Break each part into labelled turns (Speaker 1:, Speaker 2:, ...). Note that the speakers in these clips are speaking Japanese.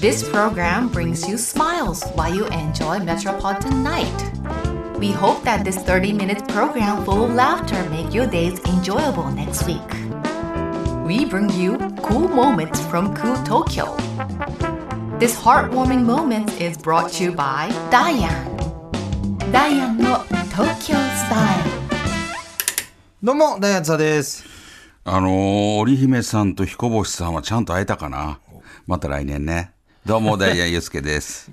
Speaker 1: This program brings you smiles while you enjoy Metropolitan Night. We hope that this 30-minute program full of laughter make your days enjoyable next week. We bring you cool moments from cool Tokyo. This heartwarming moment is brought to you by Diane. Diane の Tokyo Style.
Speaker 2: どうも、ダイアツァです。
Speaker 3: あのー、織姫さんと彦星さんはちゃんと会えたかなまた来年ね。どうも、ダイヤユースケ です。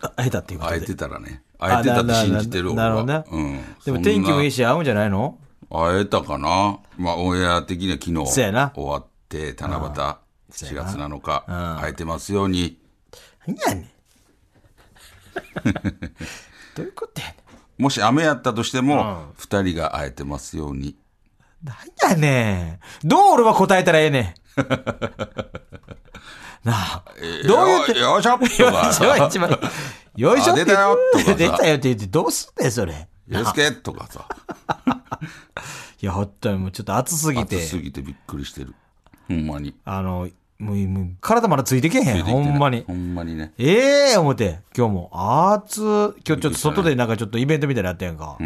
Speaker 2: あ会えたっていうことで。
Speaker 3: 会えてたらね。会えてたって信じてる、
Speaker 2: あ
Speaker 3: 俺
Speaker 2: なな
Speaker 3: は。
Speaker 2: なるほ
Speaker 3: う
Speaker 2: どね
Speaker 3: ん。
Speaker 2: でも天気もいい
Speaker 3: し。
Speaker 2: し、合うんじゃないの
Speaker 3: 会えたかなまあ、オンエア的には昨日
Speaker 2: そうや
Speaker 3: 終
Speaker 2: な
Speaker 3: わって、七夕、4月7日、会えてますように。
Speaker 2: 何やねん。 どういうことやね
Speaker 3: もし雨やったとしても、二人が会えてますように。
Speaker 2: ん。何やねん。どう俺は答えたらええねん。なあ。どう言って、
Speaker 3: よよいしょと か
Speaker 2: それは一 番よいしょって言って。
Speaker 3: あ出たよとか さ
Speaker 2: 出たよって言って、どうすんねん、それ。
Speaker 3: ユースケとかさ、
Speaker 2: いや、ほっとにもうちょっと暑すぎ
Speaker 3: 暑
Speaker 2: て。
Speaker 3: すぎてびっくりしてる。ほんまに。
Speaker 2: あの、もう、もう体まだついてけへん。
Speaker 3: ついてきて
Speaker 2: ほ
Speaker 3: ない
Speaker 2: んまに
Speaker 3: ほ。んまにね。
Speaker 2: ええ思って、今日も、暑今日ちょっと外でなんかちょっとイベントみたいになったやんか。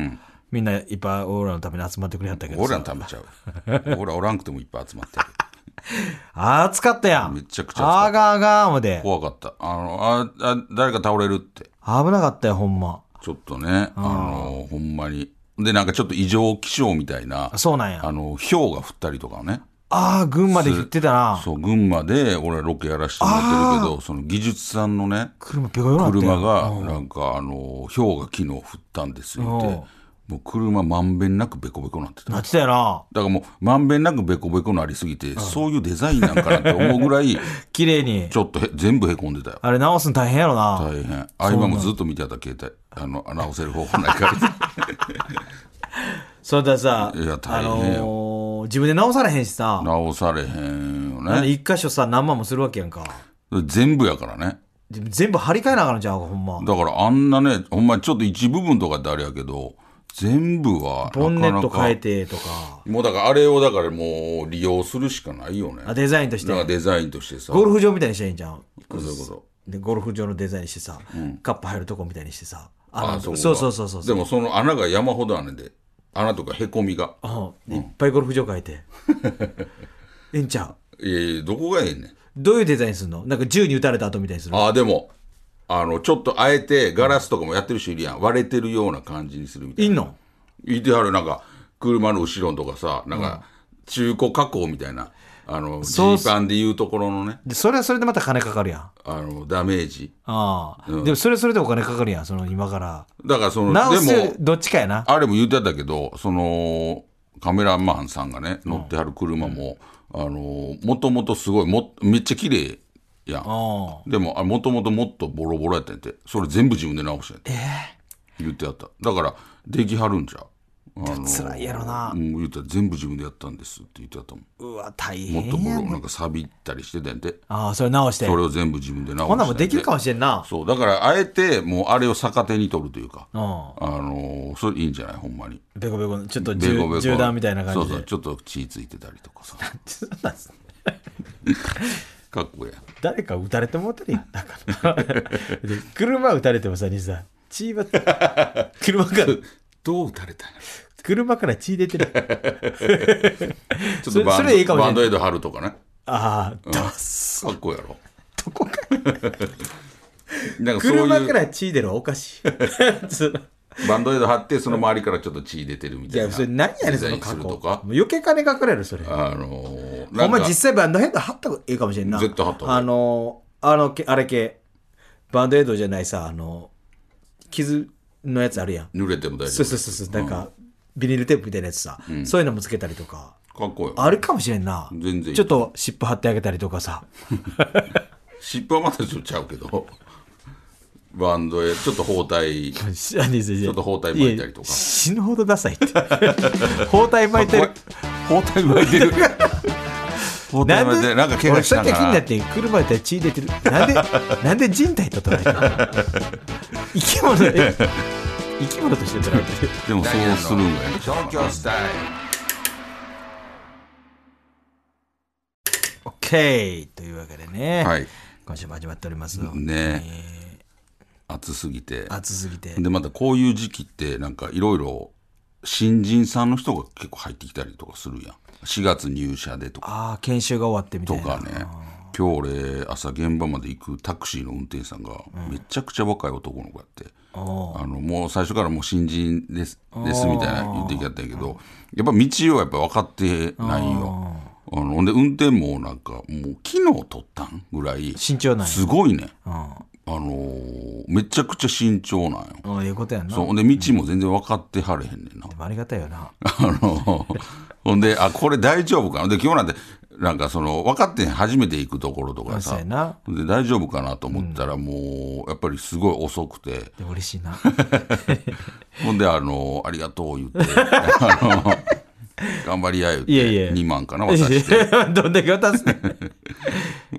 Speaker 2: みんないっぱいオーラのために集まってくれやったけど
Speaker 3: 俺ら
Speaker 2: さ
Speaker 3: の。ためちゃう。俺らおらんくてもいっぱい集まってる。
Speaker 2: 暑かったやん。
Speaker 3: めちゃくちゃ暑
Speaker 2: あ
Speaker 3: かった
Speaker 2: があがー思て。
Speaker 3: 怖かった。あの、あ、あ誰か倒れるって。
Speaker 2: 危なかったよ、ほんま。
Speaker 3: ちょっとね、あの、ほんまに。で、なんかちょっと異常気象みたいな、
Speaker 2: あそうなんや。
Speaker 3: あの、氷が降ったりとかね。
Speaker 2: ああ、群馬で言ってたな。
Speaker 3: そう、群馬で俺ロケやらせてもらってるけど、その技術さんのね、
Speaker 2: 車ペコよなったよ
Speaker 3: 車が、なんかあの、氷が昨日降ったんですよって
Speaker 2: うん、
Speaker 3: もう車まんべんなくベコベコなってた。
Speaker 2: なってたよな。
Speaker 3: だからもう、まんべんなくベコベコなりすぎて、そういうデザインなんかなって思うぐらい、
Speaker 2: 綺麗に
Speaker 3: ち。ょっとへ全部へこんでたよ。
Speaker 2: あれ直すの大変やろな。
Speaker 3: 大変。あ、今もずっと見てた携帯。あの、直せる方法ないから。
Speaker 2: それでさ、
Speaker 3: いや
Speaker 2: あ
Speaker 3: 大変よ
Speaker 2: のー自分で直されへんし さ、
Speaker 3: 直されへんよ
Speaker 2: なんで
Speaker 3: ね。
Speaker 2: 一箇所さ、何万もするわけやんか。
Speaker 3: 全部やからね。
Speaker 2: で全部張り替えなあかんのちゃうか、ほんま。
Speaker 3: だからあんなね、ほんまちょっと一部分とかってあれやけど、全部は
Speaker 2: ボンネッ
Speaker 3: な
Speaker 2: ト
Speaker 3: か
Speaker 2: 変え
Speaker 3: なか。
Speaker 2: てとか、
Speaker 3: もうだからあれをだからもう利用するしかないよね。
Speaker 2: あデザインとして
Speaker 3: だからデザインとしてさ。
Speaker 2: ゴルフ場みたいにしたらいいんじゃん。
Speaker 3: そういうこと。
Speaker 2: でゴルフ場のデザインしてさ、カップ入るとこみたいにしてさ。あ
Speaker 3: あ
Speaker 2: の
Speaker 3: そこが
Speaker 2: そうそうそうそう。
Speaker 3: でもその穴が山ほどあるねんで。穴とかへこみが。
Speaker 2: うんいっぱいゴルフ場変え て。ええんちゃう
Speaker 3: いやいやどこがええねん。
Speaker 2: どういうデザインするのなんか銃に撃たれた後みたいにする。
Speaker 3: ああ、でも、あの、ちょっとあえてガラスとかもやってる人いるやん。割れてるような感じにするみたい
Speaker 2: い
Speaker 3: な。
Speaker 2: んの
Speaker 3: いてはる、なんか、車の後ろのとかさ、なんか、中古加工みたいな、あの、ジ
Speaker 2: そうっ
Speaker 3: ー
Speaker 2: す
Speaker 3: パンでいうところのね、
Speaker 2: で、それはそれでまた金かかるやん。
Speaker 3: あの、ダメージ。
Speaker 2: ああ、でもそれはそれでお金かかるやん、その今から。
Speaker 3: だからその、
Speaker 2: 直
Speaker 3: でも
Speaker 2: す、、どっちかやな。
Speaker 3: あれも言ってたけど、その、カメラマンさんがね、乗ってはる車も、あの、もともとすごい、も、めっちゃ綺麗やん。
Speaker 2: あ
Speaker 3: でも、あもともともっとボロボロやったんやて。それ全部自分で直したんやて。言ってやった。だから、できはるんじゃう。あの
Speaker 2: あ。辛いやろな
Speaker 3: う。ん、言ったら全部自分でやったんですって言ってやったもん。
Speaker 2: うわ、大
Speaker 3: もっ
Speaker 2: 変
Speaker 3: とも
Speaker 2: や
Speaker 3: ろ、
Speaker 2: ん。
Speaker 3: なんか錆びったりしてたんやて。
Speaker 2: ああ、それ直して。
Speaker 3: それ
Speaker 2: こ
Speaker 3: を全部自分で直して。
Speaker 2: んなんもできるかもしれんな。
Speaker 3: そう、だから、あえて、もうあれを逆手に取るというか、
Speaker 2: う
Speaker 3: あ
Speaker 2: ん。
Speaker 3: のーそれいいんじゃないほんまに。
Speaker 2: ベコベコの、ちょっと
Speaker 3: ベコベコ
Speaker 2: 銃銃弾みたいな感じで。
Speaker 3: そうそう、ちょっと血ついてたりと かさ。
Speaker 2: そんなんす
Speaker 3: かっこええ
Speaker 2: 誰か撃たれてもうてるやん。だから。 で車撃たれてもさ、西 さん。血は、車から、
Speaker 3: どう打たれたんや
Speaker 2: 車から血出て る。
Speaker 3: ろちょっ
Speaker 2: それ
Speaker 3: とバ
Speaker 2: そ
Speaker 3: ン
Speaker 2: れいいか
Speaker 3: ド
Speaker 2: もしれ
Speaker 3: バ
Speaker 2: ん
Speaker 3: ンドエイド貼るとかね。
Speaker 2: ああ、だっす
Speaker 3: かっこええやろ。
Speaker 2: どこか。
Speaker 3: なんかそういう
Speaker 2: 車から血出るはおかしい。そ の
Speaker 3: バンドエイド貼って、その周りからちょっと血出てるみ
Speaker 2: い
Speaker 3: たいな。
Speaker 2: や、それ何やねん、そ
Speaker 3: デザイ
Speaker 2: の
Speaker 3: ンす
Speaker 2: 過去。
Speaker 3: る
Speaker 2: も
Speaker 3: と
Speaker 2: う
Speaker 3: か。
Speaker 2: 余計金かかるやろ、それ。
Speaker 3: あのー、
Speaker 2: ほんま
Speaker 3: なんか
Speaker 2: 実際バンドヘッド貼った方がいいかもしれんな。
Speaker 3: 絶対貼った方がいい
Speaker 2: あの、あのけ、あれ系、バンドヘッドじゃないさ、あの、傷のやつあるやん。
Speaker 3: 濡れても大
Speaker 2: そ
Speaker 3: 丈
Speaker 2: うそ
Speaker 3: 夫。
Speaker 2: うそうそう、なんか、ビニールテープみたいなやつさ、そういうのもつけたりとか、
Speaker 3: かっこええよ。
Speaker 2: あるかもしれんな。
Speaker 3: 全然いい
Speaker 2: ちょっと湿布貼ってあげたりとかさ、
Speaker 3: 湿布はまたちょっとちゃうけど、 バンドエイド、ちょっと包帯。
Speaker 2: ちょっ
Speaker 3: と包帯巻いたりとか
Speaker 2: 死ぬほどダサいって。 包帯巻いてる。
Speaker 3: 包帯巻いてる。 包帯巻いてる。なんか怪我したん
Speaker 2: 俺それだけ気になっ
Speaker 3: かな。
Speaker 2: て、車やったら血出てる。なんで、 なんで人体と捉えたの生き物 で、生き物として捉えてる。
Speaker 3: でもそうするんがやね
Speaker 4: 東京スタイル
Speaker 2: オッケーというわけでね、
Speaker 3: はい。
Speaker 2: 今週も始まっております。
Speaker 3: ね暑すぎて。
Speaker 2: 暑すぎて。
Speaker 3: で、またこういう時期って、なんかいろいろ、新人さんの人が結構入ってきたりとかするやん。4月入社でとか。
Speaker 2: ああ、研修が終わってみた
Speaker 3: と
Speaker 2: いな。
Speaker 3: かね。今日俺、朝現場まで行くタクシーの運転手さんが、めちゃくちゃ若い男の子やって。あの、もう最初からもう新人です、ですみたいな言ってきやったんやけど、やっぱ道をやっぱ分かってないよ。あの、ほんで運転もなんか、もう昨日取ったんぐらい、
Speaker 2: 慎重なんや。
Speaker 3: すごいね。
Speaker 2: うん。
Speaker 3: あのーめちゃくちゃ慎重なんよ。
Speaker 2: うん、ええことやんな。
Speaker 3: そう。
Speaker 2: で
Speaker 3: ほんで、道も全然分かってはれへんねんな。
Speaker 2: もありがたいよ な。
Speaker 3: あのーほんで、あ、これ大丈夫かな。で、今日なんて、なんかその、分かってへん初めて行くところとか
Speaker 2: そう
Speaker 3: さ
Speaker 2: や、な。
Speaker 3: で大丈夫かなと思ったら、もう、やっぱりすごい遅くて、
Speaker 2: で嬉しいな。
Speaker 3: ほんで、あのーありがとう 言って、あのー頑張りや言って、
Speaker 2: いえいえ
Speaker 3: 2万かな、渡
Speaker 2: いや
Speaker 3: して。
Speaker 2: いやどんだけ渡す ねん。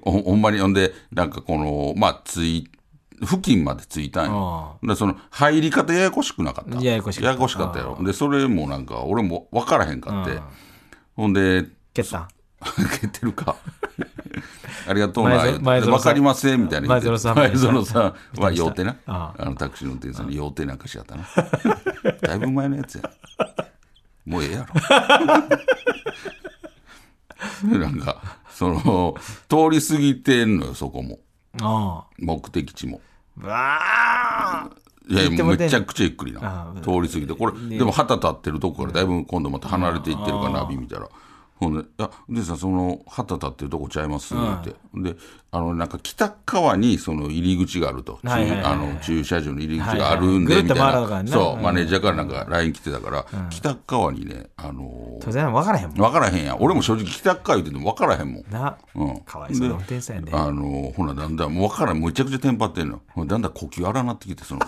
Speaker 3: ほほんまに、ほんで、なんかこの、まあ、つい、付近まで着いたんよ。で、その、入り方ややこしくなかった。
Speaker 2: ややこしかった
Speaker 3: ややこしかったよ。で、それもなんか、俺も分からへんかって。ほんで、
Speaker 2: 蹴った。
Speaker 3: 蹴ってるか。 ありがとう
Speaker 2: 前園
Speaker 3: な。
Speaker 2: 前園さん
Speaker 3: 分かりません、みたいな言って。
Speaker 2: 前園さん
Speaker 3: 前園さんは、
Speaker 2: 見てました
Speaker 3: 用手な。
Speaker 2: あ
Speaker 3: あの、タクシーの運転手さんに用手なんかしやったな。 だいぶ前のやつや。もうええやろ。 なんか、その、通り過ぎてんのよ、そこも。
Speaker 2: あ
Speaker 3: 目的地も。
Speaker 2: あ。わあ。
Speaker 3: いやい
Speaker 2: 行って
Speaker 3: や、
Speaker 2: もら
Speaker 3: め
Speaker 2: ってん
Speaker 3: ちゃくちゃゆっくりな
Speaker 2: あ。ー
Speaker 3: 通り過ぎて。これ、でも旗立ってるとこからだいぶ今度また離れていってるから、ナビ見たら。ほんで、あ、でさん、その、旗立ってるとこちゃいますって。で、あの、なんか北側にその入り口があると。
Speaker 2: はいはいはい
Speaker 3: 駐あの、駐車場の入り口があるんで、
Speaker 2: はいはいぐるっと
Speaker 3: みたい
Speaker 2: 回らなあか
Speaker 3: な。
Speaker 2: んな
Speaker 3: そうう、
Speaker 2: ん
Speaker 3: マネージャーからなんか LINE 来てたから、北側にね、あのー、
Speaker 2: 当然分からへんもん。
Speaker 3: わからへんやん。俺も正直北側言っててもわからへんもん。
Speaker 2: な。
Speaker 3: うん。
Speaker 2: かわいそうな運転手さんやで。
Speaker 3: あのほらだんだんもう分からんむちゃくちゃテンパってんのほらだんだん呼吸荒なってきてその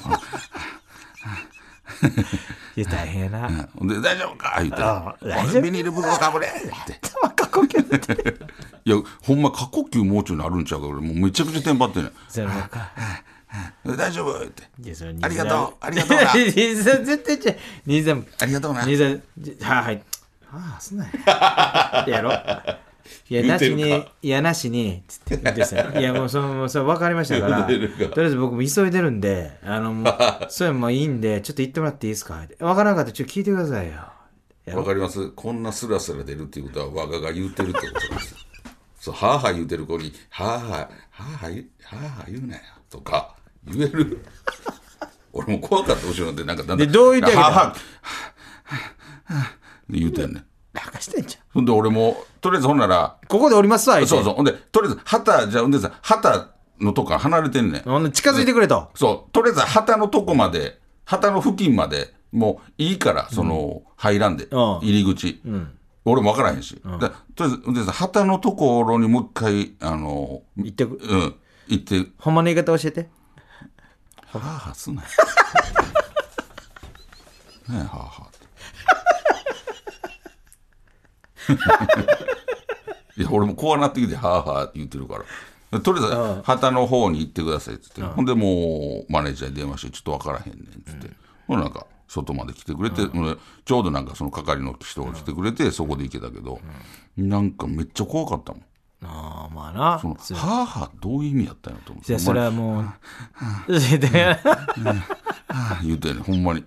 Speaker 2: いや、大変やな。
Speaker 3: ほんで大丈夫か言うて
Speaker 2: ああ
Speaker 3: 「
Speaker 2: 大丈夫
Speaker 3: これビニール袋かぶれ!」って
Speaker 2: 頭過呼吸 って。
Speaker 3: いやほんま過呼吸もうちょいなるんちゃうか俺もうめちゃくちゃテンパってんの
Speaker 2: それ分か
Speaker 3: 「大丈夫?」って
Speaker 2: いやそれ
Speaker 3: ありがとうありがとうな
Speaker 2: 兄さん、絶対じゃ、兄さん、
Speaker 3: 「ありがとうな」
Speaker 2: 兄さん、じははい。ああ、すんなよ。やろ。いや、
Speaker 3: 言
Speaker 2: な
Speaker 3: うて
Speaker 2: し
Speaker 3: るか
Speaker 2: に、いや、なしに、つって言って さ、いや、もう、その、もうそれ分かりましたから、と
Speaker 3: 言
Speaker 2: り
Speaker 3: うてるか
Speaker 2: あえず僕も急いでるんで、あ の、もう、それもういいんで、ちょっと行ってもらっていいですかって分からなかったら、ちょっと聞いてくださいよ。やろ
Speaker 3: わかりますこんなスラスラ出るっていうことは我がが言うてるってことです よそうはあはあ言うてる子に「はあはあはあはあ言はあはあ言うなよ」とか言える 俺も怖かった後ろでなんかだんだ
Speaker 2: で
Speaker 3: ん
Speaker 2: どう言うてんの
Speaker 3: はあはあはあはあはあ言うてんねん
Speaker 2: バカしてんじゃん。
Speaker 3: ほんで俺もとりあえずほんなら
Speaker 2: ここでおりますわ、相手
Speaker 3: そうそうほんでとりあえず旗じゃあ運転手さん旗のとこから離れてんねん
Speaker 2: ほんで近づいてくれと。
Speaker 3: そう、とりあえず旗のとこまで、旗の付近まで、もういいから、その、入らんで、
Speaker 2: ああ
Speaker 3: 入り口。俺も分からへんし。だとりあえず、運転手さん旗のところにもう一回、あの、
Speaker 2: 言ってくる。
Speaker 3: うん、行って、
Speaker 2: ほんまの言い方教えて。
Speaker 3: はあはあすなよ。 ねえはあはあ って。いや、俺もこうなってきて、はあはあって言ってるから。とりあえず、旗の方に行ってくださいって言って、ほんでもう、マネージャーに電話して、ちょっとわからへんねんって言って、ほんでなんか、外まで来てくれて、ほんでちょうどなんかその係の人が来てくれて、そこで行けたけど、なんかめっちゃ怖かったもん。
Speaker 2: ああ、まあな。
Speaker 3: その
Speaker 2: そう
Speaker 3: はあはあどういう意味やったんやと思っ
Speaker 2: い
Speaker 3: て。
Speaker 2: や、それはもう、 いやだから
Speaker 3: 言うてんねんほんまに。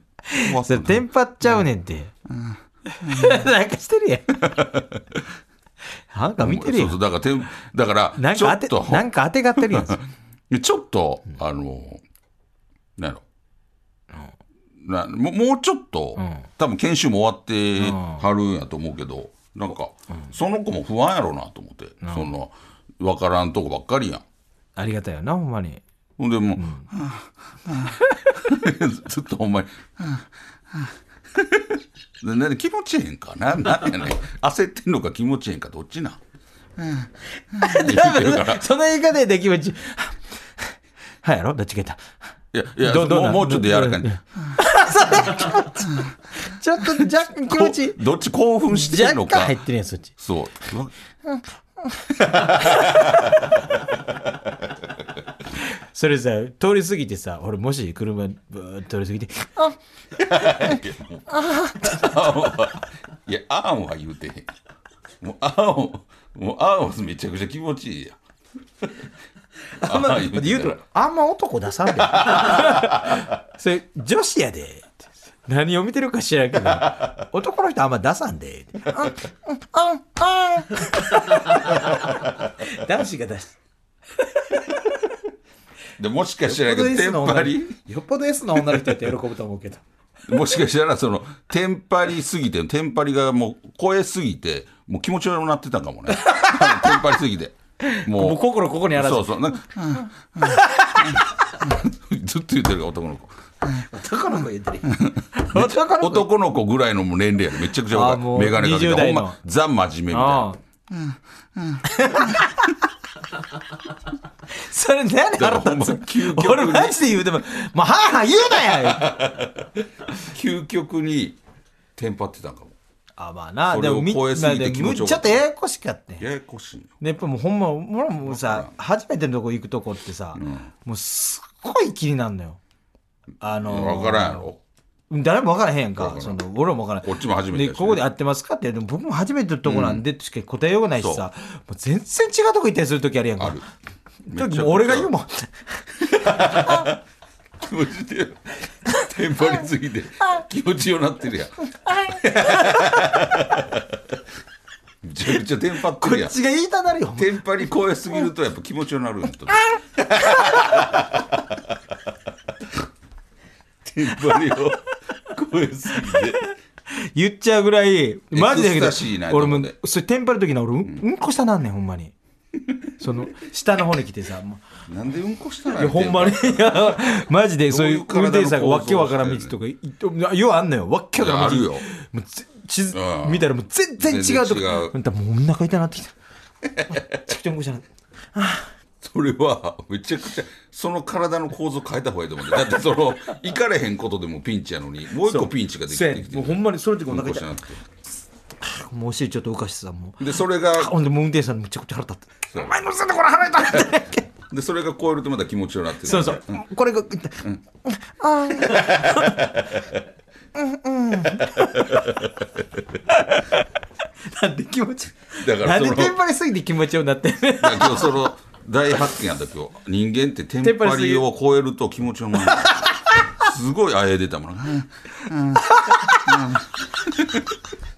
Speaker 3: 怖
Speaker 2: それ
Speaker 3: かった
Speaker 2: テンパっちゃうねんって。 なんかしてるやん。なんか見てるや。
Speaker 3: そうそうんだからてん、だから、
Speaker 2: なん
Speaker 3: ちょ
Speaker 2: か
Speaker 3: っ
Speaker 2: 当
Speaker 3: と
Speaker 2: て、、なんか当てがってるやん。
Speaker 3: ちょっと、あの、なんやろ。なもうもうちょっと、多分研修も終わってはるんやと思うけど、なんか、その子も不安やろうなと思って、その、わからんとこばっかりやん。
Speaker 2: ありがたいよな、ほんまに。
Speaker 3: ほんでもう、はあはあ ずっとほんまに、はあはあ でなんで気持ちええんかななんやねん。焦ってんのか気持ちええんかどっ ちなん。
Speaker 2: 多分、 その言い方やで気持ち。はいやろどっちが言っ
Speaker 3: いや、いや、
Speaker 2: どどう
Speaker 3: も
Speaker 2: な
Speaker 3: うんもうちょっと柔らかい
Speaker 2: ど。たちょっと若干気持ち
Speaker 3: こ、どっち興奮してんの
Speaker 2: 若干
Speaker 3: か
Speaker 2: 入。ってるやん、そっち。
Speaker 3: そう。うわ
Speaker 2: それさ、通り過ぎてさ、俺もし車、ぶーっと通り過ぎて、あ
Speaker 3: いや、あんは言うてへん。もうあんを、もうあんはめちゃくちゃ気持ちいいやん。
Speaker 2: あんま、
Speaker 3: 言うてた
Speaker 2: 言うとるあんま男出さんで。 それ、女子やでって。何を見てるか知らんけど、男の人あんま出さんで。うん、うん、 うん、うん。男子が出す。
Speaker 3: でもしかしたらテンパり
Speaker 2: よっぽど S の女の人やって喜ぶと思うけど。
Speaker 3: もしかしたらそのテンパりすぎてテンパりがもう超えすぎてもう気持ち悪くなってたかもね テンパりすぎても
Speaker 2: もう
Speaker 3: う
Speaker 2: 心ここにあらず
Speaker 3: そう。そうなんかうんうんうんずっと言ってるから男の子
Speaker 2: 男の子言ってる。男の子。
Speaker 3: 男の子ぐらいのもう年齢やでめちゃくちゃ
Speaker 2: あーもう
Speaker 3: 若い眼鏡かけ
Speaker 2: 20
Speaker 3: てほん
Speaker 2: 代の
Speaker 3: まザ真面目みたいな
Speaker 2: ああ。それ何
Speaker 3: だから
Speaker 2: 腹
Speaker 3: ほんま
Speaker 2: 立
Speaker 3: 究
Speaker 2: つ
Speaker 3: 極
Speaker 2: 俺
Speaker 3: に
Speaker 2: マジで言うても、もうはぁはぁ言うなや
Speaker 3: 究極にテンパってたんかも
Speaker 2: あ、まあな、
Speaker 3: そ
Speaker 2: で
Speaker 3: れを
Speaker 2: もみん
Speaker 3: 超えす
Speaker 2: な
Speaker 3: ぎ
Speaker 2: で
Speaker 3: て気持
Speaker 2: む
Speaker 3: ち
Speaker 2: ちょ
Speaker 3: よか
Speaker 2: っ
Speaker 3: った
Speaker 2: とややこしかってん。
Speaker 3: ややこしいよ
Speaker 2: でやっぱもうほんま、俺もうさ、初めてのとこ行くとこってさ、もうすっごい気になるのよ。あの
Speaker 3: 分からんやろ
Speaker 2: 誰も分からへんやんか
Speaker 3: 分か
Speaker 2: そ
Speaker 3: らん
Speaker 2: の俺も分からん
Speaker 3: こっちも初めて
Speaker 2: で
Speaker 3: やしね
Speaker 2: ここで会ってますかってでも僕も初めてのとこなんでしか答えようがないしさ、もう全然違うとこ行ったりする時あるやんか
Speaker 3: あるめっ
Speaker 2: 時
Speaker 3: ちゃ
Speaker 2: も俺が言うもん
Speaker 3: 気持ちでテンパりすぎて気持ちようなってるやんめちゃくちゃテンパって
Speaker 2: こ
Speaker 3: るや
Speaker 2: っ
Speaker 3: ん
Speaker 2: ちが言いたなるよ
Speaker 3: テンパり超えすぎるとやっぱ気持ちようなるん やとテンパりを超えすぎて
Speaker 2: 言っちゃうぐらいマジでやけど
Speaker 3: エクスタシーないとこ
Speaker 2: 俺
Speaker 3: で
Speaker 2: もそれテンパる時の俺うんうんこしたなんねんほんま にその下の方に来てさも
Speaker 3: なんでうんこした
Speaker 2: う
Speaker 3: ら
Speaker 2: いやほんまにいやマジでそういう
Speaker 3: ど
Speaker 2: 運
Speaker 3: ういう体の
Speaker 2: 転手さんがわけわからん道
Speaker 3: 構造
Speaker 2: とかいいやようあんのよわっけわからん道
Speaker 3: いやあるよ
Speaker 2: もうぜ地図
Speaker 3: うん
Speaker 2: 見たらもう全然違うとこ
Speaker 3: 全然違う
Speaker 2: ほんともうお腹痛なってきためちゃくちゃうん こしたな
Speaker 3: それはめちゃくちゃその体の構造変えた方がいいと思うだってその行かれへんことでもピンチやのにもう一個ピンチができ
Speaker 2: そうや
Speaker 3: て
Speaker 2: ねん
Speaker 3: きて
Speaker 2: もう
Speaker 3: る
Speaker 2: ほんまにその時お
Speaker 3: うん
Speaker 2: 腹
Speaker 3: こし
Speaker 2: 痛
Speaker 3: た
Speaker 2: い
Speaker 3: なって
Speaker 2: もうお尻ちょっと浮かしてさもう
Speaker 3: でそれが
Speaker 2: ほんでもう運転手さんめちゃくちゃ腹立って
Speaker 3: そう
Speaker 2: お前のせいでこれ腹痛いって
Speaker 3: でそれが超えるとまた気持ちよくなってくる
Speaker 2: そうそう。これが、あーうん。なんで気持ち
Speaker 3: だから
Speaker 2: なん
Speaker 3: そ
Speaker 2: で
Speaker 3: の
Speaker 2: テンパりすぎて気持ちよくなってんの
Speaker 3: だから今日その大発見やった今日人間ってテンパりを超えると気持ちよくなるすごいあえ出たもの、うんうん、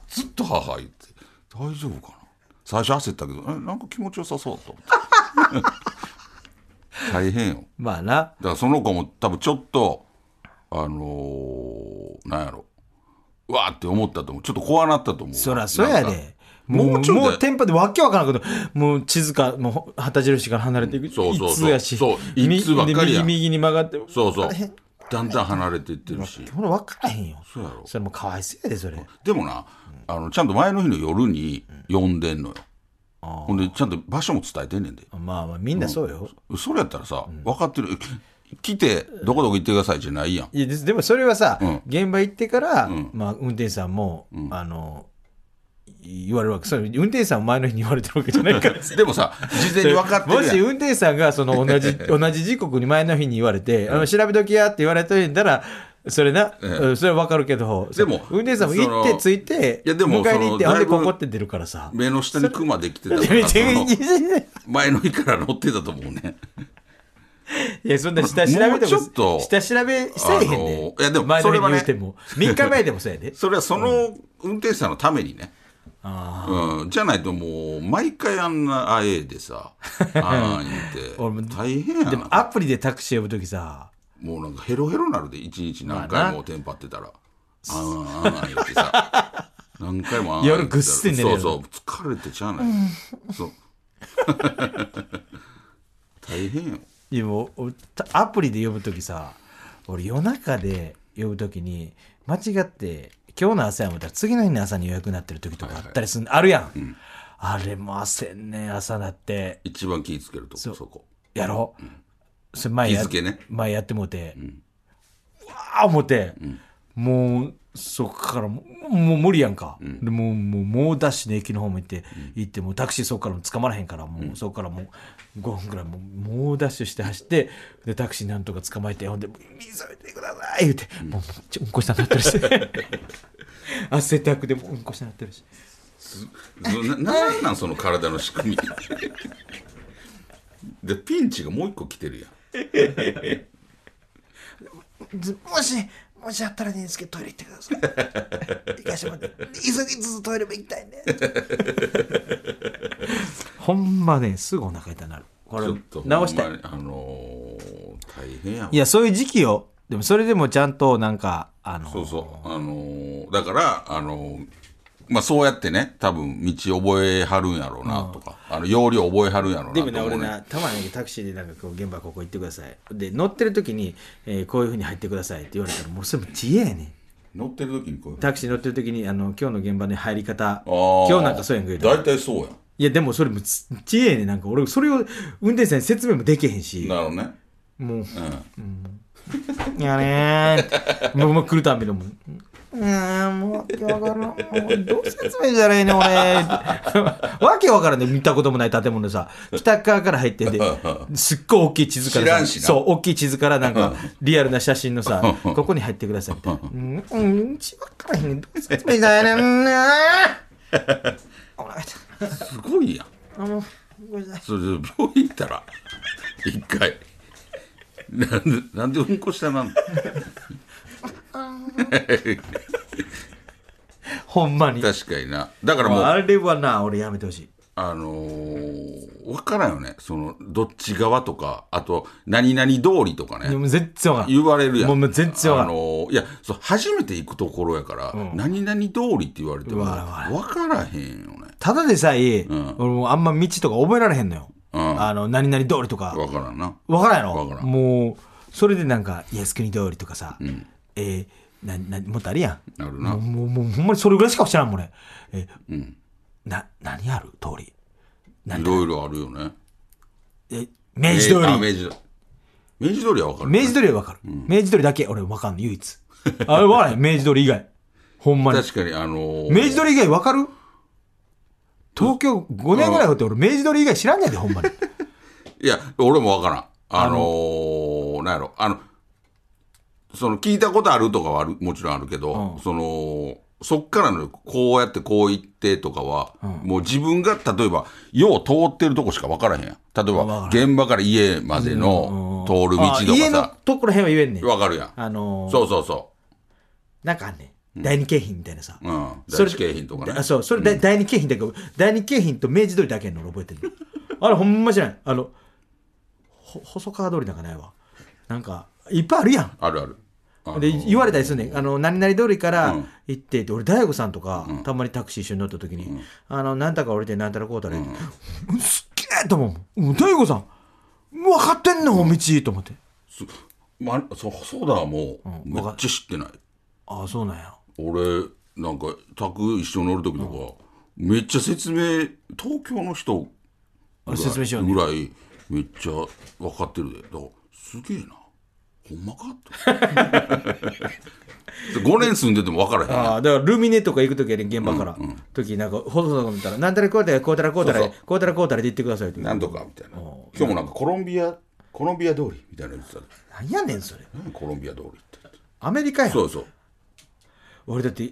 Speaker 3: ずっと母言って大丈夫かな最初焦ったけどえなんか気持ちよさそうと思って大変よ
Speaker 2: まあな。
Speaker 3: だからその子も多分ちょっとあのー、なんやろうわーって思ったと思うちょっと怖なったと思う
Speaker 2: そらそや
Speaker 3: なんか
Speaker 2: で。もう
Speaker 3: もうちょいだよ
Speaker 2: もうテンパでわけわからんこともう地図かもう旗印から離れていく
Speaker 3: そうそうそう
Speaker 2: いつやし
Speaker 3: そういつばっかりや
Speaker 2: 右右に曲がって
Speaker 3: そうそうだんだん離れていってるし
Speaker 2: ほら分からへんよ
Speaker 3: そうやろ
Speaker 2: それもうかわいそうやでそれ
Speaker 3: でもな、あのちゃんと前の日の夜に呼んでんのよ、ほんでちゃんと場所も伝えてんねんで
Speaker 2: まあまあみんなそうよ、
Speaker 3: それやったらさ、分かってるえ来てどこどこ行ってくださいじゃないやん
Speaker 2: いやですでもそれはさ、
Speaker 3: うん
Speaker 2: 現場行ってから、
Speaker 3: ん
Speaker 2: まあ、運転手さんも、あの言われるわけそれ運転手さんも前の日に言われてるわけじゃない から
Speaker 3: でもさ事前に分かって
Speaker 2: も
Speaker 3: るや
Speaker 2: し
Speaker 3: ん
Speaker 2: 運転手さんがその同 じ同じ時刻に前の日に言われて、あの調べときやって言われといたらそれな、
Speaker 3: ええ
Speaker 2: うんそれは分かるけど
Speaker 3: でも
Speaker 2: その運転手さんも行って
Speaker 3: その
Speaker 2: 着いて
Speaker 3: いやでも
Speaker 2: 迎えに行って
Speaker 3: そ
Speaker 2: ほん
Speaker 3: のだ
Speaker 2: で
Speaker 3: いぶ
Speaker 2: ここって出るからさ
Speaker 3: 目の下にクマで きてたからその
Speaker 2: い
Speaker 3: 前の日から乗ってたと思うね
Speaker 2: やそんな下調べ
Speaker 3: もうち
Speaker 2: と
Speaker 3: ょっと
Speaker 2: か下調べせえへんで、
Speaker 3: あのいやでも
Speaker 2: 前の日
Speaker 3: それ
Speaker 2: に
Speaker 3: はね
Speaker 2: 言うても、3日前でもそうやで
Speaker 3: それはその運転手さんのためにね、うん、じゃないともう毎回あんなあえでさ あー
Speaker 2: 俺
Speaker 3: 言
Speaker 2: も
Speaker 3: って大変や
Speaker 2: でも
Speaker 3: な
Speaker 2: アプリでタクシー呼ぶときさ
Speaker 3: もうなんかヘロヘロなるで一日何
Speaker 2: まあな
Speaker 3: 回もテンパってたら、あんあんあん言ってさ 何回もあんあん
Speaker 2: 夜ぐっすり寝るや
Speaker 3: そ
Speaker 2: ろ
Speaker 3: うそう疲れてちゃうない、そう 大変よ
Speaker 2: いやもうたアプリで呼ぶときさ俺夜中で呼ぶときに間違って今日の朝や思ったら次の日の朝に予約になってる時とかあったりする、あるやん、あれも焦んねん朝なって
Speaker 3: 一番気ぃつけるとこ
Speaker 2: そう
Speaker 3: そこ
Speaker 2: やろ、それ前や
Speaker 3: 日付ね
Speaker 2: 前やってもうて、うわあ思って、もうそこからもうもう無理やんか、でもうもう猛ダッシュで駅の方も行って、行ってもうタクシーそこからも捕まらへんからもうそこからもう5分ぐらいもう猛ダッシュして走ってでタクシーなんとか捕まえてほんで「水を見てください」言うて、もうめっちゃうんこしたなってる し汗だくでもううんこしたなってるし
Speaker 3: ななんなんその体の仕組み でピンチがもう一個来てるやん
Speaker 2: ずもし、もしあったらいいんですけど、トイレ行ってくださ い。行かしてもらって、急ぎつつトイレも行きたいね。 ほんまね、すぐお腹痛なる。これ
Speaker 3: ちょっと、
Speaker 2: 直した
Speaker 3: ほん
Speaker 2: い。
Speaker 3: まにあのー大変やん
Speaker 2: いや、そういう時期よ。でも、それでもちゃんと、なんか、あの、
Speaker 3: そうそうあのーだからあのーまあそうやってね多分道覚えはるんやろうなとか、あの要領覚えはるんやろうなと
Speaker 2: で
Speaker 3: 思
Speaker 2: も
Speaker 3: う、
Speaker 2: ね、
Speaker 3: ね、
Speaker 2: 俺な、たまにタクシーでなんかこう、現場ここ行ってください。で、乗ってる時に、えーこういうふうに入ってくださいって言われたら、もうそれも知恵やねん。
Speaker 3: 乗ってる時にこういう
Speaker 2: タクシー乗ってる時に、あの、今日の現場の入り方、
Speaker 3: あー
Speaker 2: 今日なんかそうやんけど。
Speaker 3: 大体そうやん
Speaker 2: いやでもそれもつ知恵やねなんか俺それを運転手さんに説明もできへんし
Speaker 3: なるほどね
Speaker 2: もう
Speaker 3: うん
Speaker 2: 「いやねーって」もうもう来るたんびにもう「うーんもう今日からんもうどう説明じゃないの俺」わけわからんね見たこともない建物でさ北側から入ってんですっごい大きい地図から
Speaker 3: 知ら
Speaker 2: さ
Speaker 3: んしな
Speaker 2: そう大きい地図からなんかリアルな写真のさ「ここに入ってください」みたいな「うんうん道分からへんねんどう説明じゃないのね ー」お腹痛い
Speaker 3: すごいやん
Speaker 2: あもうごめんなさい
Speaker 3: それで病院行ったら 一回なんでなんでうんこしたな ん
Speaker 2: ほんまに
Speaker 3: 確かになだからもう
Speaker 2: あ
Speaker 3: あ
Speaker 2: れはな俺やめてほしい
Speaker 3: のー、分からんよねそのどっち側とかあと何々通りとか
Speaker 2: で
Speaker 3: ね
Speaker 2: も全然わからん
Speaker 3: 言われるやん
Speaker 2: もう全然わ
Speaker 3: あ
Speaker 2: からん
Speaker 3: のーいやそう初めて行くところやから、何々通りって言われても
Speaker 2: わ
Speaker 3: 分
Speaker 2: からんわ
Speaker 3: からへんよね
Speaker 2: ただでさえ、
Speaker 3: ん
Speaker 2: 俺もうあんま道とか覚えられへんのよ、
Speaker 3: うん
Speaker 2: あの何々通りとか
Speaker 3: 分からんな
Speaker 2: わからんやろ
Speaker 3: わからん
Speaker 2: もうそれでなんか靖国通りとかさ、えーななもっとあるやん
Speaker 3: なるな
Speaker 2: もうもうほんまにそれぐらいしか知らんもん俺、えな何ある通り
Speaker 3: いろいろあるよね
Speaker 2: え明治通り、
Speaker 3: えーあ明治通り明治通りは分かる、
Speaker 2: 明治通りはわかる、明治通りだけ俺わかんの唯一あれわか らへん明治通り以外ほんまに
Speaker 3: 確かにあのー
Speaker 2: 明治通り以外わかる東京5年ぐらいおって俺明治通り以外知らんねんでほんまに
Speaker 3: いや、俺もわからん。あのー、なんやろ、あの、その、聞いたことあるとかはある、もちろんあるけど、
Speaker 2: うん
Speaker 3: その、そっからの、こうやってこう言ってとかは、もう自分が、例えば、よう通ってるとこしかわからへんやん。例えば、現場から家までの通る道と
Speaker 2: あ家
Speaker 3: か
Speaker 2: の
Speaker 3: さ、
Speaker 2: ところへんは言えんねん
Speaker 3: わかるやん。
Speaker 2: あのー
Speaker 3: そうそうそ
Speaker 2: なんかあんねん第二京浜みたいなさ、
Speaker 3: う。うん。
Speaker 2: そ
Speaker 3: 第
Speaker 2: れ
Speaker 3: 一景品とかね
Speaker 2: あ。そうそれ、だ第二京浜だけど第二京浜と明治通りだけやんの俺覚えてるのあれほんまじゃないあのほ細川通りなんかないわなんかいっぱいあるやん
Speaker 3: あるある。あの
Speaker 2: で言われたりするねんあの何々通りから
Speaker 3: うん
Speaker 2: 行ってって俺大悟さんとか、たまにタクシー一緒に乗った時に、あの何たか降りて何たらこうたら、うん、すっげえと思うもんうん大悟さん分かってんの道と思って
Speaker 3: すまあ、そう、そうだ、もう、めっちゃ知ってない。
Speaker 2: ああそうなんや
Speaker 3: 俺なんか宅一緒に乗る時とか、めっちゃ説明東京の人ぐらい
Speaker 2: 説明しようね
Speaker 3: ぐらいめっちゃ分かってるでだからすげえなほんまか って5年住んでても分からへんやん
Speaker 2: ああだからルミネとか行く時やねん現場から、時なんか細々見たら何たらこうたらこうたらこうたら
Speaker 3: そうそ
Speaker 2: こうたらこうたらで行ってくださいって
Speaker 3: なんとかみたいな今日もなんかコロンビアコロンビア通りみたいなの言ってたで
Speaker 2: なんやねんそれ
Speaker 3: 何コロンビア通りって
Speaker 2: アメリカやん
Speaker 3: そうそう
Speaker 2: 俺だって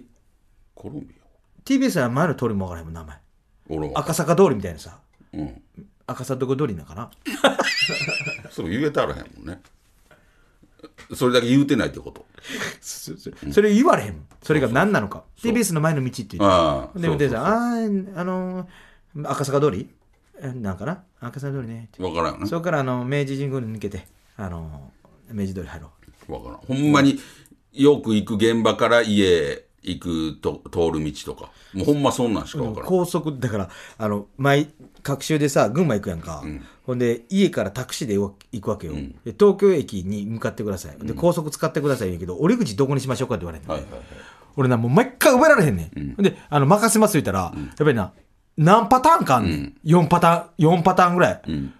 Speaker 3: コロンビ
Speaker 2: TBS は前の通りも分からへんもん名前
Speaker 3: ア俺も
Speaker 2: 赤坂通りみたいなさ
Speaker 3: うん
Speaker 2: 赤坂通りなんかな
Speaker 3: そう言えたらへんもんねそれだけ言うてないってこと
Speaker 2: そそそれ言われへんもんそれが何なのか TBS の前の道って言って
Speaker 3: ああ
Speaker 2: で運転手さんあーあのー赤坂通りえなんかな赤坂通りねって
Speaker 3: 分からんよね
Speaker 2: そこからあの明治神宮に抜けてあのー明治通り入ろう
Speaker 3: わからん。ほんまによく行く現場から家へ行くと通る道とか。もうほんまそんなんしかわからん。
Speaker 2: 高速だからあの毎隔週でさ群馬行くやんか、ほんで家からタクシーで行くわけよ、で東京駅に向かってくださいで高速使ってください言うけど折り口どこにしましょうかって言われて、
Speaker 3: はいはいはい。
Speaker 2: 俺なもう毎回覚えられへんねん、ほんであの任せます言ったら、やっぱりな何パターンかあんねん、4パターン4パターンぐらい、
Speaker 3: ん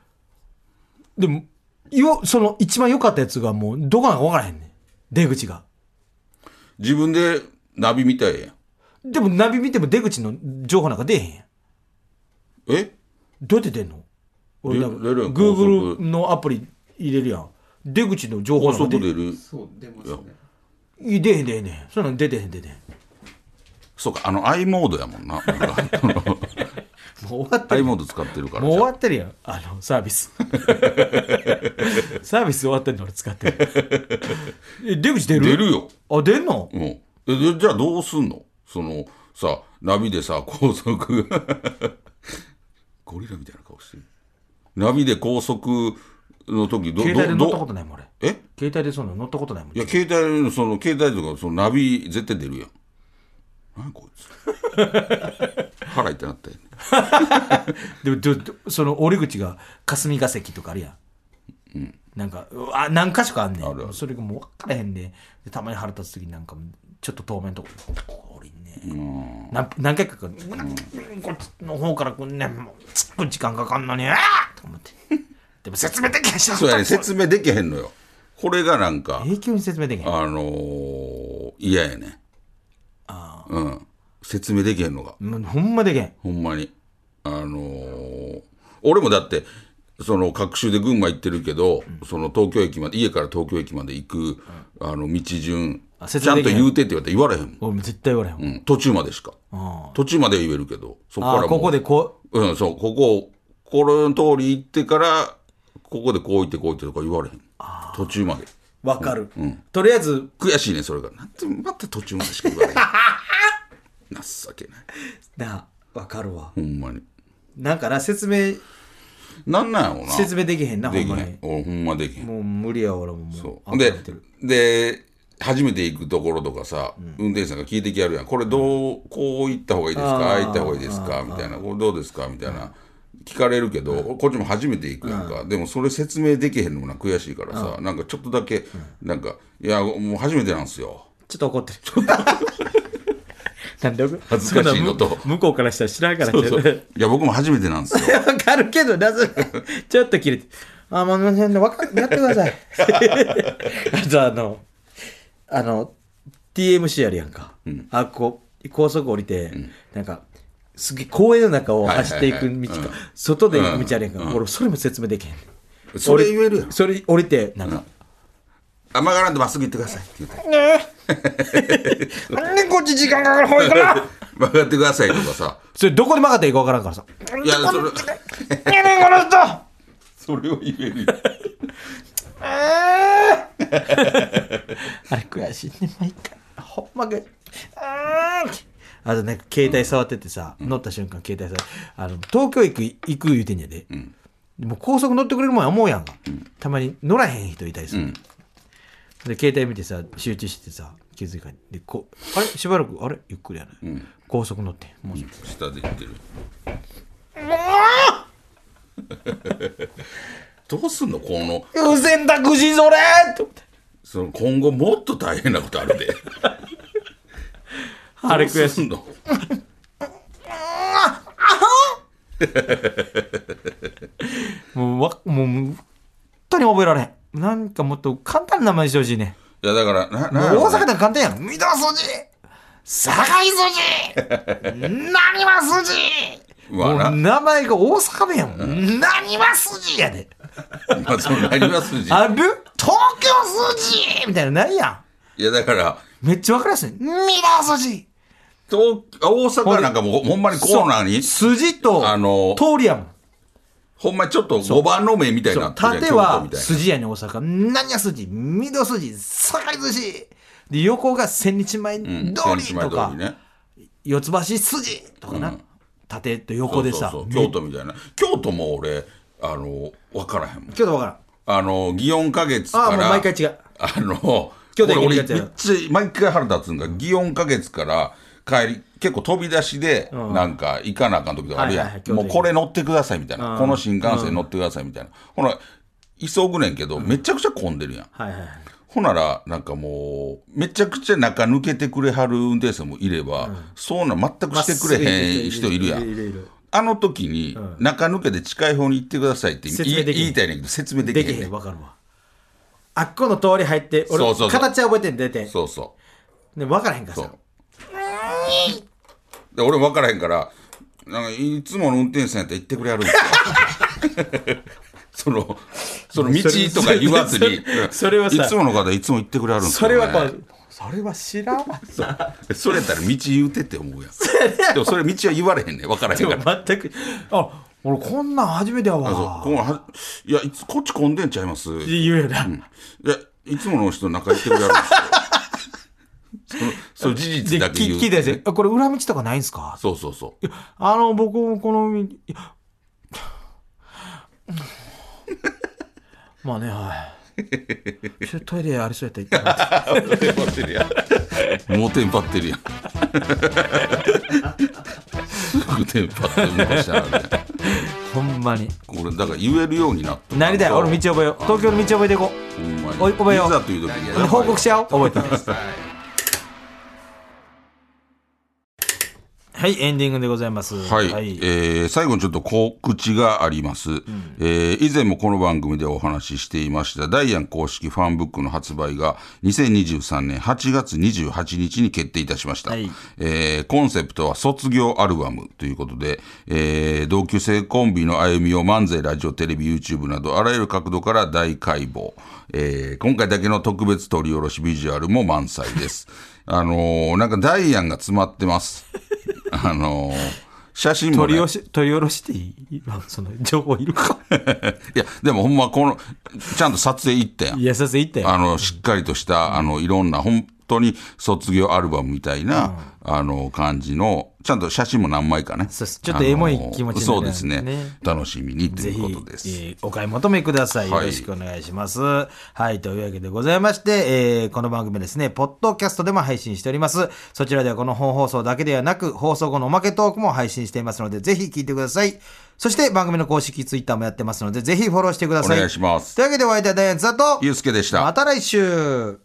Speaker 2: でもよその一番良かったやつがもうどこなんか分からへんねん出口が
Speaker 3: 自分でナビみたいやん。
Speaker 2: でもナビ見ても出口の情報なんか出えへんやん
Speaker 3: え
Speaker 2: どうやって出んの俺
Speaker 3: 出
Speaker 2: だから
Speaker 3: 出るやん
Speaker 2: Google のアプリ入れるやん出口の情報
Speaker 3: 高
Speaker 2: なんか
Speaker 3: 速
Speaker 2: 出
Speaker 3: 出
Speaker 2: る
Speaker 3: る。
Speaker 4: そう出ますね
Speaker 2: いや出へん出へん出へんそんなん出てへん出てへん
Speaker 3: そうか、あの i モードやもんな。なんか
Speaker 2: ももう終わってる
Speaker 3: i モード使ってるから
Speaker 2: もう終
Speaker 3: さ
Speaker 2: わってるやんあのサービ スサービス終わってんの俺使ってるえ出口出る
Speaker 3: 出るよ、
Speaker 2: あ出んの
Speaker 3: うん、えでじゃあどうすんのそのさナビでさ高速ゴリラみたいな顔してるナビで高速の時ど
Speaker 2: 携帯で乗
Speaker 3: ど
Speaker 2: ったこ
Speaker 3: ど
Speaker 2: とないもん俺
Speaker 3: え
Speaker 2: 携帯でそんなの乗ったことないもん
Speaker 3: いや携帯のその携帯とかそのナビ絶対出るやん何こいつ腹痛なったよね
Speaker 2: でもででその折り口が霞が関とかあるやん、なんかうわ何箇所かあんねん
Speaker 3: るある
Speaker 2: それがもう分からへんででたまに腹立つ時なんかちょっと透明のとこここ降りんねなん何回かかうんこっちの方からこんねんもうつく時間かかんのにあーと思ってでも説明できへんしな
Speaker 3: そうやね説明できへんのよこれがなんか
Speaker 2: 永久に説明できへん
Speaker 3: あのー嫌やねうん説明できへんのが
Speaker 2: もうほんまできへん
Speaker 3: ほんまにあのー俺もだってその各種で群馬行ってるけど、その東京駅まで家から東京駅まで行く、あの道順
Speaker 2: あ
Speaker 3: ち
Speaker 2: 説明
Speaker 3: ゃん
Speaker 2: でき
Speaker 3: と
Speaker 2: へん
Speaker 3: 言うてって言われたら言われへんもん、
Speaker 2: 俺も絶対言われへん、
Speaker 3: うん、途中までしか
Speaker 2: あ
Speaker 3: 途中までは言えるけどそこか
Speaker 2: あ
Speaker 3: らも
Speaker 2: ー
Speaker 3: う
Speaker 2: ここでこう
Speaker 3: うん、そう、ここ、この通り行ってから、ここでこう行ってこう行ってとか言われへん。途中まで。
Speaker 2: 分かる、とりあえず
Speaker 3: 悔しいね、それが。なんて、また途中までしか 言われへん。情けない。
Speaker 2: な分かるわ
Speaker 3: ほんまに。
Speaker 2: なんかな説明
Speaker 3: なんなんやろうな。
Speaker 2: 説明できへんなほ
Speaker 3: で
Speaker 2: ん
Speaker 3: き
Speaker 2: ま
Speaker 3: へ
Speaker 2: に
Speaker 3: ん。俺、ほんまできへん。
Speaker 2: もう無理や俺ももう
Speaker 3: そう。
Speaker 2: 諦
Speaker 3: で
Speaker 2: めてる、
Speaker 3: で、初めて行くところとかさ、運転手さんが聞いてきやるやん。これどう、こう行った方がいいですか
Speaker 2: あー
Speaker 3: ああ行った方がいいですかみたいな。これどうですかみたいな。聞かれるけど、こっちも初めて行くやんか。でもそれ説明できへんのもなんか悔しいからさ、なんかちょっとだけ、なんか、いや、もう初めてなんすよ。
Speaker 2: ちょっと怒ってる なんで
Speaker 3: 恥ずかしいのと
Speaker 2: そんな向向こうからしたら知らんから
Speaker 3: そうそ う
Speaker 2: 分
Speaker 3: いや、僕も初めてなんすよ。
Speaker 2: かるけどなそれちょっと切れてあまあまあまあわかやってください あとあのあの TMC あるやんか、あこう高速降りて、なんかすげえ公園の中を走っていく道か、
Speaker 3: はいはいはいうん
Speaker 2: 外で行く道あるやんか、
Speaker 3: うん
Speaker 2: 俺それも説明できへん
Speaker 3: それ言えるやん。
Speaker 2: それ降りてなんか、
Speaker 3: あ、曲がらんでまっすぐ行ってくださいって言うて。
Speaker 2: なんでこっち時間かかる方行くな
Speaker 3: 曲がってくださいとかさ。
Speaker 2: それどこで曲がっていいか分からんからさ。
Speaker 3: いや、それ、
Speaker 2: ねえねえこの人
Speaker 3: それを言えるやん。
Speaker 2: あれ悔しいね、毎回。ほんまく。あーあとなんか携帯触っててさ、乗った瞬間携帯触って、あの、東京駅行く言うてんやで。でも高速乗ってくれるもんや思うやんか。たまに乗らへん人いたりする。で、携帯見てさ、集中してさ、気づいかに。で、こう、あれしばらく、あれゆっくりやない。高速乗ってん。もう
Speaker 3: 下で言ってる。どうすんのこの、
Speaker 2: 優先タクシーそれって思って。
Speaker 3: その今後もっと大変なことあ るで。
Speaker 2: あれ
Speaker 3: ど
Speaker 2: 悔
Speaker 3: う
Speaker 2: しい
Speaker 3: す。んの
Speaker 2: もうわ、もう、本当に覚えられへん。なんかもっと簡単な名前にしてほしいね。
Speaker 3: いやだから、な、
Speaker 2: もう
Speaker 3: なやろ
Speaker 2: 大
Speaker 3: うね
Speaker 2: 阪で簡単やん。御堂筋堺筋何は筋
Speaker 3: まあ
Speaker 2: も
Speaker 3: な
Speaker 2: う名前が大阪弁やもん。何は筋やで。
Speaker 3: まあ、そうなりますし。
Speaker 2: ある東京筋みたいな、ないや
Speaker 3: いやだから、
Speaker 2: ん。めっちゃわかりやすい。御堂筋
Speaker 3: 東大阪なんかもうほんまにコーナーに、
Speaker 2: 筋と、
Speaker 3: あの
Speaker 2: 通りやもん。
Speaker 3: ほんまにちょっと5番の目みたい
Speaker 2: そ
Speaker 3: にな
Speaker 2: う
Speaker 3: ってるやん
Speaker 2: 縦
Speaker 3: 京都
Speaker 2: は
Speaker 3: みたいな
Speaker 2: 筋やね大阪何や筋御堂筋堺筋で横が千日前通
Speaker 3: うん
Speaker 2: り
Speaker 3: 千日
Speaker 2: と
Speaker 3: 前
Speaker 2: か、
Speaker 3: 通りね。
Speaker 2: 四つ橋筋とかな、
Speaker 3: うん
Speaker 2: 縦と横でさ
Speaker 3: そうそう
Speaker 2: め
Speaker 3: そう京都みたいな。京都も俺、あの、わからへんもん。
Speaker 2: 京都わからん
Speaker 3: あの、祇園花月から。
Speaker 2: ああもう毎回違う。
Speaker 3: あの、
Speaker 2: 京都行
Speaker 3: 俺
Speaker 2: く
Speaker 3: 俺め
Speaker 2: や
Speaker 3: っ
Speaker 2: つや
Speaker 3: ちゃ、毎回腹立つんが、祇園花月から帰り、結構飛び出しで、
Speaker 2: うん
Speaker 3: なんか行かなあかん時とかあるやん。
Speaker 2: はいはいはい京都
Speaker 3: も
Speaker 2: 行
Speaker 3: う
Speaker 2: く
Speaker 3: これ乗ってくださいみたいな。
Speaker 2: うん
Speaker 3: この新幹線乗ってくださいみたいな。ほら、急ぐねんけど、めちゃくちゃ混んでるやん。
Speaker 2: はいはいはい
Speaker 3: ほなら、なんかもう、めちゃくちゃ中抜けてくれはる運転手さんもいれば、そうなん全くしてくれへん人いるや
Speaker 2: いるいるい
Speaker 3: ん
Speaker 2: る。
Speaker 3: あの時に、中抜けて近い方に行ってくださいって言
Speaker 2: 説明
Speaker 3: い
Speaker 2: できへん
Speaker 3: 言いたいねんけど、説明でき
Speaker 2: で
Speaker 3: へんね
Speaker 2: き
Speaker 3: ん
Speaker 2: へんわかるわあっこの通り入って俺
Speaker 3: そうそうそう
Speaker 2: 形は覚えてんで出て
Speaker 3: そうそう。
Speaker 2: で分からへんから
Speaker 3: そ
Speaker 2: さ
Speaker 3: う。で俺分からへんから、なんかいつもの運転手さんやったら言ってくれやるんですよ。 その、その道とか言わずに、
Speaker 2: それは
Speaker 3: うん
Speaker 2: さ
Speaker 3: いつもの方いつも言ってくれはるんです
Speaker 2: そ
Speaker 3: よ、ね。
Speaker 2: れ はこうそれは知らんわ
Speaker 3: そうそれやったら道言うてって思うやん。でもそれ道は言われへんね分からへん
Speaker 2: で
Speaker 3: か
Speaker 2: も
Speaker 3: ら
Speaker 2: 全く、あ、俺こんなん初めてや
Speaker 3: あそう
Speaker 2: わ。
Speaker 3: ここはいやいつこっち混んでんちゃいます
Speaker 2: って言うよな。
Speaker 3: いや、いつもの人仲良くやるんですよ。その、その事
Speaker 2: で、
Speaker 3: 実だけ
Speaker 2: 聞
Speaker 3: 言う、
Speaker 2: 聞いたやつ、あこれ裏道とかないんすか
Speaker 3: そうそうそう。
Speaker 2: あの、僕もこの、いや まあね、はい。ちょっとトイレありそうやったら行ってもらって
Speaker 3: モテンパってるやん。モテンパってるやん。すぐテンパって昔なるね。
Speaker 2: ほんまに。
Speaker 3: 俺、だから言えるようになった。
Speaker 2: なりたい。俺道覚えよう。東京の道覚えていこ
Speaker 3: ほんまに。
Speaker 2: おい覚えよう。
Speaker 3: いざという時にやばいうよ。
Speaker 2: 報告し合おう。覚えた。はい、エンディングでございます。
Speaker 3: はい、えー最後にちょっと告知があります、えー以前もこの番組でお話ししていましたダイアン公式ファンブックの発売が2023年8月28日に決定いたしました、
Speaker 2: はい
Speaker 3: えーコンセプトは卒業アルバムということで、えー同級生コンビの歩みを漫才ラジオテレビ YouTube などあらゆる角度から大解剖、えー今回だけの特別取り下ろしビジュアルも満載ですあのーなんかダイアンが詰まってますあのー写真も、
Speaker 2: 取
Speaker 3: ね、
Speaker 2: り下
Speaker 3: い
Speaker 2: ろし、取り下ろしていい 今その情報いるか
Speaker 3: や、でもほんまこの、ちゃんと撮影行ったやん
Speaker 2: い。や、さすが言ったよ。
Speaker 3: あの、しっかりとした、あの、いろんな、本当に卒業アルバムみたいな、あの、感じの、ちゃんと写真も何枚かね。
Speaker 2: そうですちょっとエモい
Speaker 3: あの
Speaker 2: 気持ちになる
Speaker 3: そうですね
Speaker 2: ね
Speaker 3: 楽しみにと
Speaker 2: ぜ
Speaker 3: い
Speaker 2: ひ、え
Speaker 3: うことです。
Speaker 2: ーお買い求めください。よ
Speaker 3: はい
Speaker 2: ろしくお願いします。はい、というわけでございまして、えーこの番組ですね、ポッドキャストでも配信しております。そちらではこの本放送だけではなく、放送後のおまけトークも配信していますので、ぜひ聞いてください。そして番組の公式ツイッターもやってますので、ぜひフォローしてください。
Speaker 3: お願いします
Speaker 2: というわけでお相手はダイアンツだと、
Speaker 3: ゆうすけでした。
Speaker 2: また来週